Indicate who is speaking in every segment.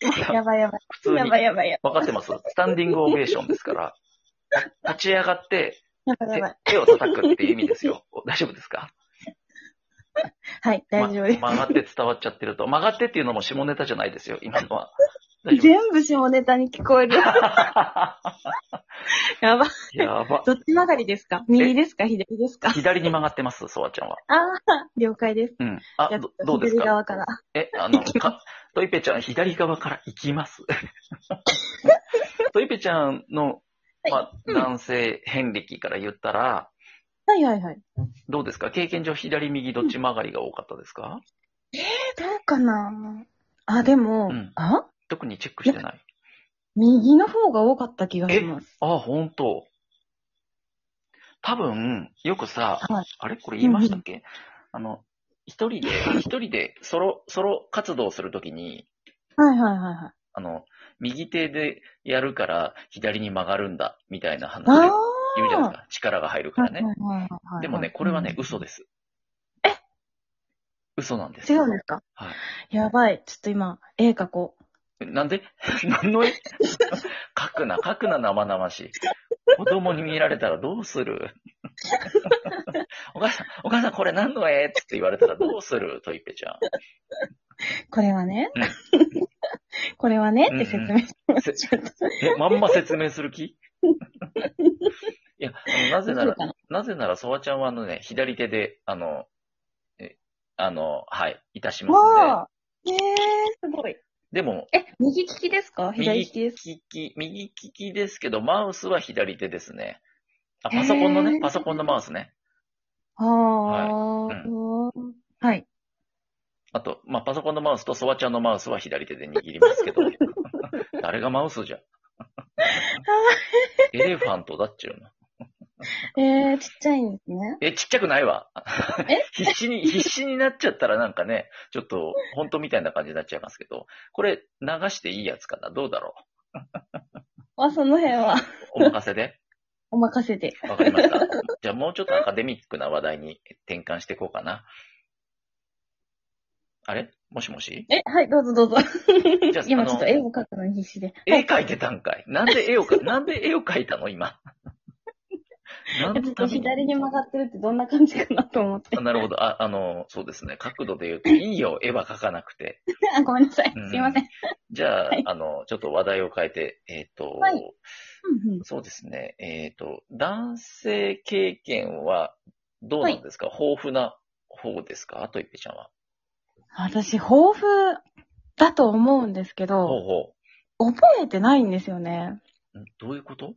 Speaker 1: やばいやば
Speaker 2: 普通
Speaker 1: い。
Speaker 2: に
Speaker 1: やばいやばいや
Speaker 2: わかってますスタンディングオベーションですから、立ち上がって
Speaker 1: ばいやばい。
Speaker 2: 手手を叩くっていう意味ですよ。大丈夫ですか
Speaker 1: はい、大丈夫です。
Speaker 2: ま曲がって伝わっちゃってると。曲がってっていうのも下ネタじゃないですよ、今の は。大丈
Speaker 1: 全
Speaker 2: 夫
Speaker 1: 部下ネタに聞こえ る。やばい。
Speaker 2: やば。
Speaker 1: どっち曲がりですか右ですか左ですか
Speaker 2: 左に曲がってます、ソワちゃんは。
Speaker 1: ああ、了解です。
Speaker 2: うん。あ
Speaker 1: じゃ、
Speaker 2: どどうです
Speaker 1: 左側
Speaker 2: か
Speaker 1: から。
Speaker 2: え、あの、か、トイペちゃん、左側から行 きます。トイペちゃんの、まあ、男性遍歴から言ったら、
Speaker 1: はいはいはい。
Speaker 2: どうですか経験上左右どっち曲がりが多かったですか、
Speaker 1: え、どうかなあ、でも、
Speaker 2: うん
Speaker 1: あ
Speaker 2: 特にチェックしてない。
Speaker 1: 右の方が多かった気がします。
Speaker 2: あ、本当。多分、よくさ、
Speaker 1: はい
Speaker 2: あれこれ言いましたっけ、あの、一人で、 一人でソロ、ソロ活動するときに、
Speaker 1: はいはいはいはい。
Speaker 2: あの、右手でやるから左に曲がるんだ、みたいな話
Speaker 1: ああ
Speaker 2: 言うじゃないですか。力が入るからね。
Speaker 1: はいはいはいはいはい
Speaker 2: でもね、これはね、
Speaker 1: うん
Speaker 2: 嘘です。
Speaker 1: え
Speaker 2: 嘘なんです。
Speaker 1: 違うんですか
Speaker 2: は
Speaker 1: やばい。ちょっと今、絵描こう。
Speaker 2: い。なんで 何の絵書くな、書くな、生々しい。子供に見られたらどうする お母さん、お母さん、これ何の絵つって言われたらどうするといっぺちゃ
Speaker 1: これはね
Speaker 2: う、
Speaker 1: これはね、
Speaker 2: うん
Speaker 1: って説明し
Speaker 2: ん。せ
Speaker 1: ちゃった。
Speaker 2: え、まんま説明する気 いや、あのなぜな
Speaker 1: 大丈夫
Speaker 2: ら、
Speaker 1: かな
Speaker 2: なぜなら、ソワちゃんはあのね、左手で、あの、え、あの、はい、いたしますんで。
Speaker 1: わあえー、すごい。
Speaker 2: でも、
Speaker 1: え、右利きですか左利きです
Speaker 2: 右利き、右利きですけど、マウスは左手ですね。あ、パソコンの
Speaker 1: へ
Speaker 2: ね、
Speaker 1: ー
Speaker 2: パソコンのマウスね。
Speaker 1: かあ
Speaker 2: は
Speaker 1: ーはい。
Speaker 2: あと、まあ、パソコンのマウスとソワちゃんのマウスは左手で握ります けど、誰がマウスじゃん。エレファントだっちゅうの。
Speaker 1: えー、ちっちゃいんですね。
Speaker 2: え、ちっちゃくないわ
Speaker 1: え。
Speaker 2: 必死に、必死になっちゃったらなんかね、ちょっと、本当みたいな感じになっちゃいますけど、これ、流していいやつかなどうだろ
Speaker 1: あ、その辺は
Speaker 2: うお任せで
Speaker 1: お任せで。
Speaker 2: わかりました。じゃあもうちょっとアカデミックな話題に転換していこうかな。あれもしもし
Speaker 1: え、はい、どうぞどうぞ
Speaker 2: じゃあ。
Speaker 1: 今ちょっと絵を描くのに必死で。
Speaker 2: 絵描いてたんかいなんで絵を か、なんで絵を描いたの今。な
Speaker 1: ちょっ
Speaker 2: ん
Speaker 1: と左に曲がってるってどんな感じかなと思って。
Speaker 2: あなるほど。あ、あの、そうですね。角度で言うと、いいよ、絵は描かなくて。
Speaker 1: あ、ごめんなさい。
Speaker 2: うん
Speaker 1: すいません。
Speaker 2: じゃあ、
Speaker 1: はい
Speaker 2: あの、ちょっと話題を変えて、えっ、と、
Speaker 1: はいうんうん
Speaker 2: そうですね。えっ、と、男性経験はどうなんですか、豊富な方ですかといっぺちゃんは。
Speaker 1: 私、豊富だと思うんですけ
Speaker 2: ほう
Speaker 1: ど、
Speaker 2: ほう。
Speaker 1: 覚えてないんですよね。
Speaker 2: んどういうこと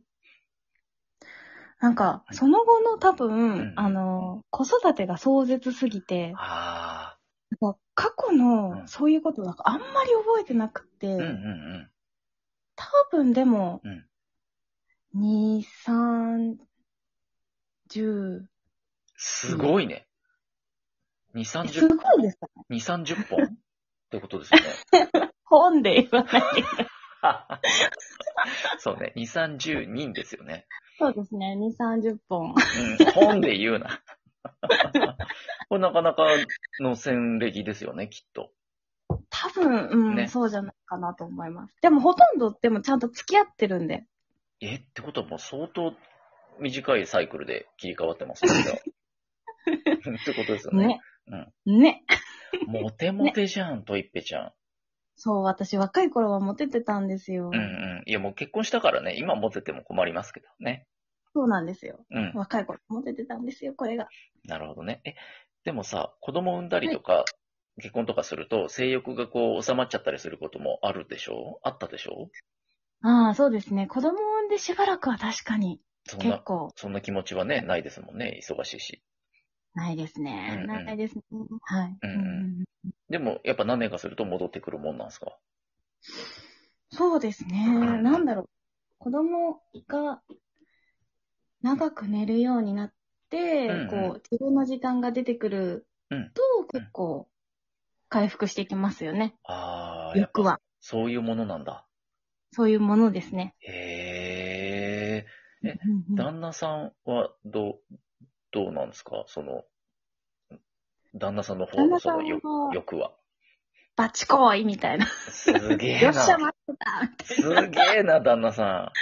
Speaker 1: なんか、その後の多
Speaker 2: うん
Speaker 1: 分、あの、子育てが壮絶すぎて、
Speaker 2: ああ。
Speaker 1: なんか過去
Speaker 2: うん
Speaker 1: のそういうことなんかあんまり覚えてなくて、
Speaker 2: うんうんうん。
Speaker 1: 多分でも
Speaker 2: うん、
Speaker 1: 2、3、10、
Speaker 2: すごいね。2、
Speaker 1: す
Speaker 2: 30、
Speaker 1: ごいですか
Speaker 2: 二三十本ってことですよね。
Speaker 1: 本で言わ ない。
Speaker 2: そうね。2、30人ですよね。
Speaker 1: そうですね、2、30本。
Speaker 2: うん。本で言うな。これなかなかの戦歴ですよね、きっと。
Speaker 1: 多分、うん、
Speaker 2: ね
Speaker 1: そうじゃないかなと思います。でもほとんどでもちゃんと付き合ってるんで。
Speaker 2: え、ってことはもう相当短いサイクルで切り替わってますよね。じゃあってことですよね。
Speaker 1: ね。ね。
Speaker 2: モテモテじゃん、といっぺちゃん。
Speaker 1: そう、私若い頃はモテてたんですよ。
Speaker 2: うんうん。いや、もう結婚したからね、今モテても困りますけどね。
Speaker 1: そうなんですよ。
Speaker 2: うん。
Speaker 1: 若い頃モテてたんですよ、これが。
Speaker 2: なるほどね。え、でもさ、子供産んだりとか、結婚とかすると、性欲がこう、収まっちゃったりすることもあるでしょあったでしょ
Speaker 1: ああ、そうですね。子供を産んでしばらくは確かに
Speaker 2: そん
Speaker 1: 結
Speaker 2: な、
Speaker 1: 構
Speaker 2: そんな気持ちはね、ないですもんね。忙しいし。
Speaker 1: ないですね。
Speaker 2: うんうん
Speaker 1: ないですね。はい、
Speaker 2: うんう
Speaker 1: うんんうん
Speaker 2: でも、やっぱ何年かすると戻ってくるもんなんですか
Speaker 1: そうですね。
Speaker 2: うん
Speaker 1: なんだろう。子供が長く寝るようになって、
Speaker 2: うんうん
Speaker 1: こう、自分の時間が出てくる
Speaker 2: うん
Speaker 1: と、結構回復していきますよね。
Speaker 2: ああ、やっ
Speaker 1: 欲
Speaker 2: ぱ、
Speaker 1: は。
Speaker 2: そういうものなんだ。
Speaker 1: そういうものですね。
Speaker 2: へえ。え
Speaker 1: うんうん
Speaker 2: 旦那さんは、どう、どうなんですかその、旦那さんの方
Speaker 1: 旦
Speaker 2: の
Speaker 1: 那さ
Speaker 2: そ
Speaker 1: ん
Speaker 2: の
Speaker 1: は
Speaker 2: 欲欲は。
Speaker 1: バチコーイみたいな。
Speaker 2: すげえ
Speaker 1: よっ
Speaker 2: な。
Speaker 1: しゃ、待ってたみたい
Speaker 2: すげえな、旦那さん。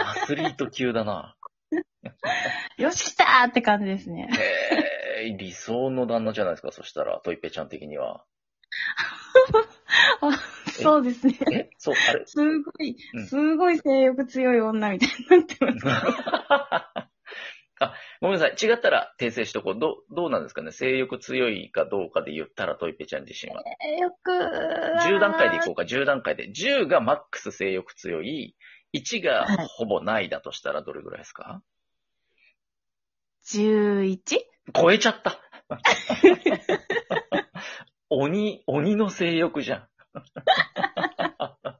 Speaker 2: アスリート級だな。
Speaker 1: な。よっしゃーって感じですね。
Speaker 2: へえ、理想の旦那じゃないですか、そしたら、トイペちゃん的には。
Speaker 1: そうですね。
Speaker 2: えそう、あれ
Speaker 1: すごい
Speaker 2: うん、
Speaker 1: すごい性欲強い女みたいになってます。
Speaker 2: あ、ごめんなさい。違ったら訂正しとこう。どう、どうなんですかね性欲強いかどうかで言ったらトイペちゃん自身は。
Speaker 1: 性欲は。
Speaker 2: 10段階でいこうか、10段階で。10がマックス性欲強い、1がほぼないだとしたらどれぐらいですか、
Speaker 1: 11?
Speaker 2: 超えちゃった鬼、鬼の性欲じゃん。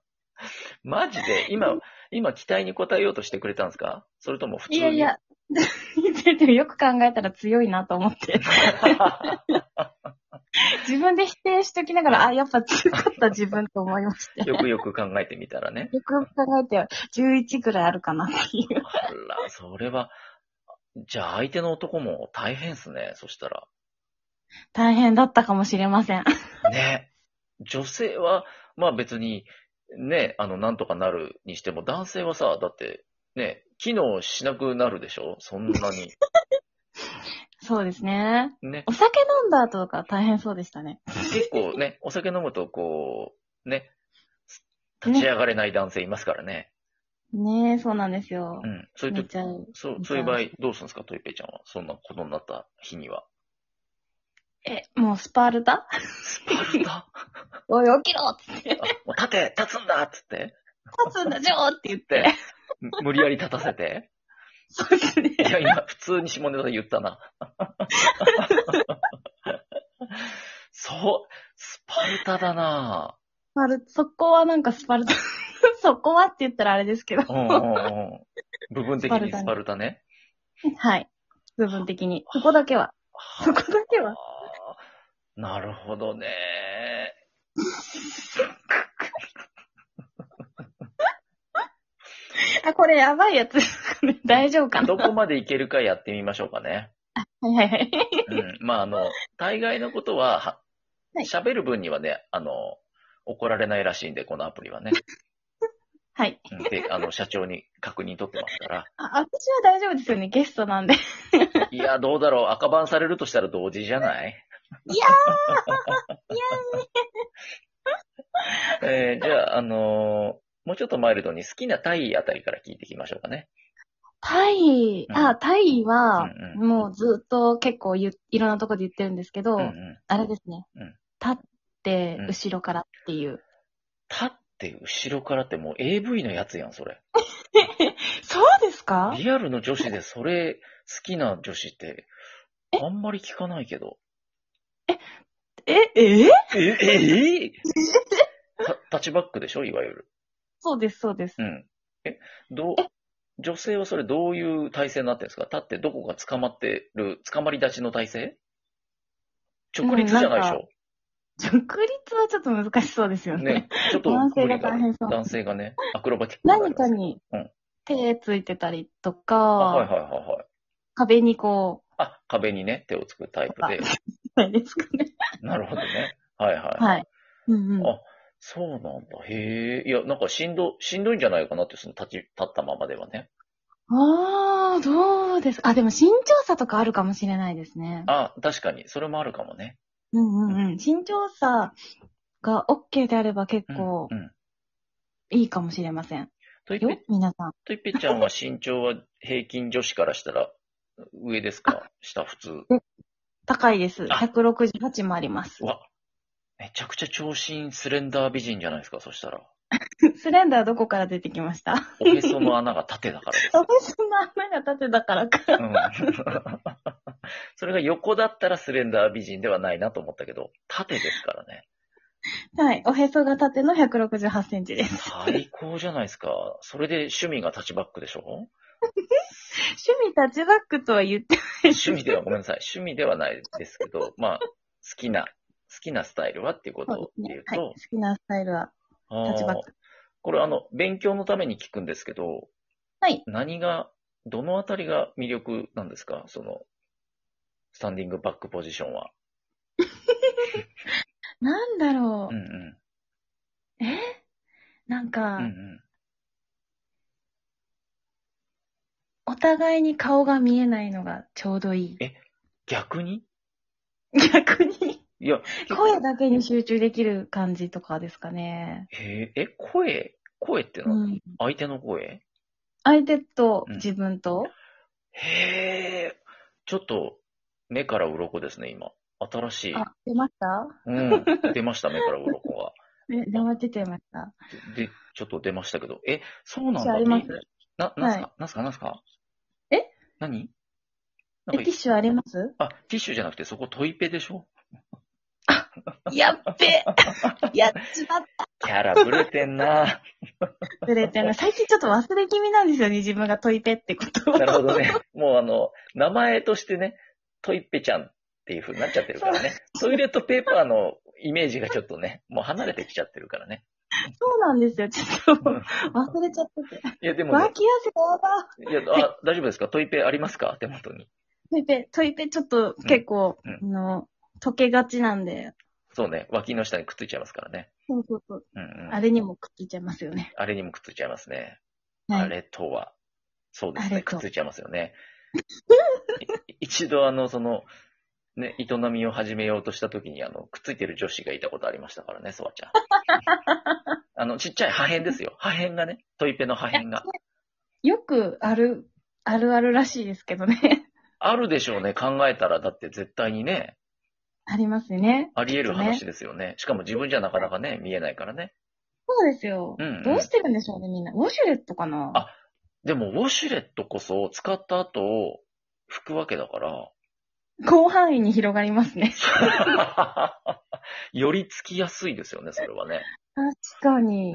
Speaker 2: マジで今、今期待に応えようとしてくれたんですかそれとも普通
Speaker 1: い
Speaker 2: に
Speaker 1: やいや。でもよく考えたら強いなと思 って。自分で否定しときながら、あ、やっぱ強かった自分と思いました。
Speaker 2: よくよく考えてみたらね。
Speaker 1: よくよく考えて、11くらいあるかなっていう。
Speaker 2: あら、それは、じゃあ相手の男も大変っすね。そしたら。
Speaker 1: 大変だったかもしれません。
Speaker 2: ね。女性は、まあ別に、ね、あの、なんとかなるにしても、男性はさ、だって、ね、機能しなくなるでしょそんなに。
Speaker 1: そうですね。
Speaker 2: ね。
Speaker 1: お酒飲んだ後とか大変そうでしたね。
Speaker 2: 結構ね、お酒飲むと、こう、ね、立ち上がれない男性いますからね。
Speaker 1: ねえ、そうなんですよ
Speaker 2: う。ん。そういう
Speaker 1: 寝
Speaker 2: 時、
Speaker 1: ちゃう。
Speaker 2: そう、そういう場合、どうするんですか、トイペイちゃんは。そんなことになった日には。
Speaker 1: え、もうスパルタ
Speaker 2: スパルタ
Speaker 1: おい、起きろっつって。
Speaker 2: あもう立て立つんだっつって。
Speaker 1: 立つんだ、ジョーって言っ
Speaker 2: で
Speaker 1: て。、
Speaker 2: む無理やり立たせて。
Speaker 1: そうですね。
Speaker 2: いや、今、普通に下ネタ言ったな。そう、スパルタだな
Speaker 1: スパルそこはなんかスパルタ。 そこはって言ったらあれですけど。
Speaker 2: うんうんうん。部分的にス
Speaker 1: ス
Speaker 2: パ
Speaker 1: パ
Speaker 2: ルタね。
Speaker 1: はい。部分的に。そこだけは。
Speaker 2: はあ
Speaker 1: そこだけは。
Speaker 2: あーなるほどね。
Speaker 1: あ、これやばいやつ ですかね。大丈夫かな
Speaker 2: どこまでいけるかやってみましょうかね。
Speaker 1: はいはいはい。
Speaker 2: うん。まあ、あの、大概のことは、は
Speaker 1: はい
Speaker 2: 喋、る分にはね、あの、怒られないらしいんで、このアプリはね。
Speaker 1: はい。
Speaker 2: うんで、あの、社長に確認取ってますから。
Speaker 1: あ、私は大丈夫ですよね。ゲストなんで。
Speaker 2: いや、どうだろう。赤番されるとしたら同時じゃない
Speaker 1: い
Speaker 2: やーえーじゃあ、あのーもうちょっとマイルドに好きなタイあたりから聞いていきましょうかね。
Speaker 1: タイ、
Speaker 2: う
Speaker 1: あ、タイは、
Speaker 2: うんうん
Speaker 1: もうずっと結構ゆいろんなとこで言ってるんですけど、
Speaker 2: うんうん
Speaker 1: あれですね
Speaker 2: うん。
Speaker 1: 立って
Speaker 2: うん、
Speaker 1: 後ろからっていう。
Speaker 2: 立って後ろからってもう AV のやつやん、それ。
Speaker 1: そうですか
Speaker 2: リアルの女子でそれ好きな女子って、あんまり聞かないけど。
Speaker 1: え、え
Speaker 2: え、え、えタタッチバックでしょいわゆる。
Speaker 1: そうです、そうです
Speaker 2: う。ん。え、どう、女性はそれどういう体勢になってるんですか立ってどこか捕まってる、捕まり立ちの体勢直立じゃないでしょ、
Speaker 1: 直立はちょっと難しそうですよね。
Speaker 2: ね。ちょっと
Speaker 1: 男性が
Speaker 2: 無理だ
Speaker 1: 大変そう
Speaker 2: 男性がね、アクロバティックになり
Speaker 1: 何
Speaker 2: ま
Speaker 1: か
Speaker 2: す
Speaker 1: に
Speaker 2: うん
Speaker 1: 手ついてたりと
Speaker 2: あはい
Speaker 1: か、
Speaker 2: はいはいはい。
Speaker 1: 壁にこ
Speaker 2: あ、壁にね、手をつくタイプで。
Speaker 1: う、ないですかね。
Speaker 2: なるほどね。はいは い。
Speaker 1: はい。うんうん。
Speaker 2: あそうなんだ。へえ。いや、なんかしんど、しんどいんじゃないかなって、その立ち、立ったままではね。
Speaker 1: ああ、どうですあ、でも身長差とかあるかもしれないですね。
Speaker 2: あ、確かに。それもあるかもね。
Speaker 1: うんうんうん。身長差が OK であれば結
Speaker 2: うん
Speaker 1: 構
Speaker 2: うん。
Speaker 1: いいかもしれません。
Speaker 2: といっ
Speaker 1: よ
Speaker 2: ぺ、、
Speaker 1: 皆さん。
Speaker 2: といっぺちゃんは身長は平均女子からしたら上ですか下普通。
Speaker 1: 高いです。
Speaker 2: あ
Speaker 1: 168もあります
Speaker 2: う。わ。めちゃくちゃ長身スレンダー美人じゃないですか、そしたら。
Speaker 1: スレンダーどこから出てきました
Speaker 2: おへその穴が縦だからです。
Speaker 1: おへその穴が縦だからか。
Speaker 2: うん それが横だったらスレンダー美人ではないなと思ったけど、縦ですからね。
Speaker 1: はい。おへそが縦の168センチです。
Speaker 2: 最高じゃないですか。それで趣味がタッチバックでしょ
Speaker 1: 趣味タッチバックとは言ってない
Speaker 2: 趣味ではごめんなさい。趣味ではないです けど、まあ、好きな、好きなスタイルはっていうこと
Speaker 1: そう
Speaker 2: を
Speaker 1: です
Speaker 2: 言
Speaker 1: ね
Speaker 2: う。
Speaker 1: はい。
Speaker 2: と
Speaker 1: 好、きなスタイルは
Speaker 2: あー
Speaker 1: タッチバック。
Speaker 2: これあの、勉強のために聞くんですけど、
Speaker 1: はい。
Speaker 2: 何が、どのあたりが魅力なんですかその、スタンディングバックポジションは。
Speaker 1: なんだろ
Speaker 2: う
Speaker 1: う。
Speaker 2: んうん。
Speaker 1: えなんか、
Speaker 2: うんうん。
Speaker 1: お互いに顔が見えないのがちょうどいい
Speaker 2: え。逆に
Speaker 1: 逆に、
Speaker 2: いや、
Speaker 1: 声だけに集中できる感じとかですかね。
Speaker 2: へえ、え、声声っての
Speaker 1: う
Speaker 2: は
Speaker 1: ん。
Speaker 2: 相手の声
Speaker 1: 相手と
Speaker 2: うん
Speaker 1: 自分と、
Speaker 2: へえ、ちょっと目から鱗ですね、今。新しい。
Speaker 1: あ、出ました
Speaker 2: うん。出ました、目から鱗が。
Speaker 1: え出ま出てました。
Speaker 2: で、ちょっと出ましたけど。え、そうなん
Speaker 1: じゃあ
Speaker 2: だ。
Speaker 1: あります
Speaker 2: な、なんすか、なんすか、なんすか
Speaker 1: え
Speaker 2: 何な
Speaker 1: え、テ
Speaker 2: んか
Speaker 1: ィッ、シュあります
Speaker 2: あ、ティッシュじゃなくて、そこトイペでしょ
Speaker 1: やっべやっちまっ
Speaker 2: キャラぶれて んな。
Speaker 1: たずれてない。最近ちょっと忘れ気味なんですよね、自分がトイペってことを
Speaker 2: なるほどね。もうあの、名前としてね、トイペちゃんっていう風になっちゃってるからね。トイレットペーパーのイメージがちょっとね、もう離れてきちゃってるから ね。
Speaker 1: そうなんですよ、ちょっと
Speaker 2: うん
Speaker 1: 忘れちゃってて。
Speaker 2: いや、でもね、
Speaker 1: 脇汗が
Speaker 2: いや、あ、大丈夫ですかトイペありますか手元に。
Speaker 1: トイペ、トイペちょっと結構、
Speaker 2: うん
Speaker 1: あの、溶けがちなんで、
Speaker 2: そうね、脇の下にくっついちゃいますからね。
Speaker 1: そうそうそう。
Speaker 2: うんうん。
Speaker 1: あれにもくっついちゃいますよね。
Speaker 2: あれにもくっついちゃいますね。
Speaker 1: はい
Speaker 2: あれとは。そうです
Speaker 1: あ
Speaker 2: ね。
Speaker 1: れ
Speaker 2: く
Speaker 1: と
Speaker 2: っついちゃいますよね。い一度あの、その、ね、営みを始めようとした時に、あの、くっついてる女子がいたことありましたからね、ソワちゃん。あの、ちっちゃい破片ですよ。破片がね、トイペの破片が。
Speaker 1: よくある、あるあるらしいですけどね。
Speaker 2: あるでしょうね、考えたら。だって絶対にね、
Speaker 1: ありますね。
Speaker 2: あり得る話ですよね。しかも自分じゃなかなかね、見えないからね。
Speaker 1: そうですよ。
Speaker 2: うんうん
Speaker 1: どうしてるんでしょうね、みんな。ウォシュレットかな
Speaker 2: あでも、ウォシュレットこそ使った後、拭くわけだから、
Speaker 1: 広範囲に広がりますね。
Speaker 2: よりつきやすいですよね、それはね。
Speaker 1: 確かに。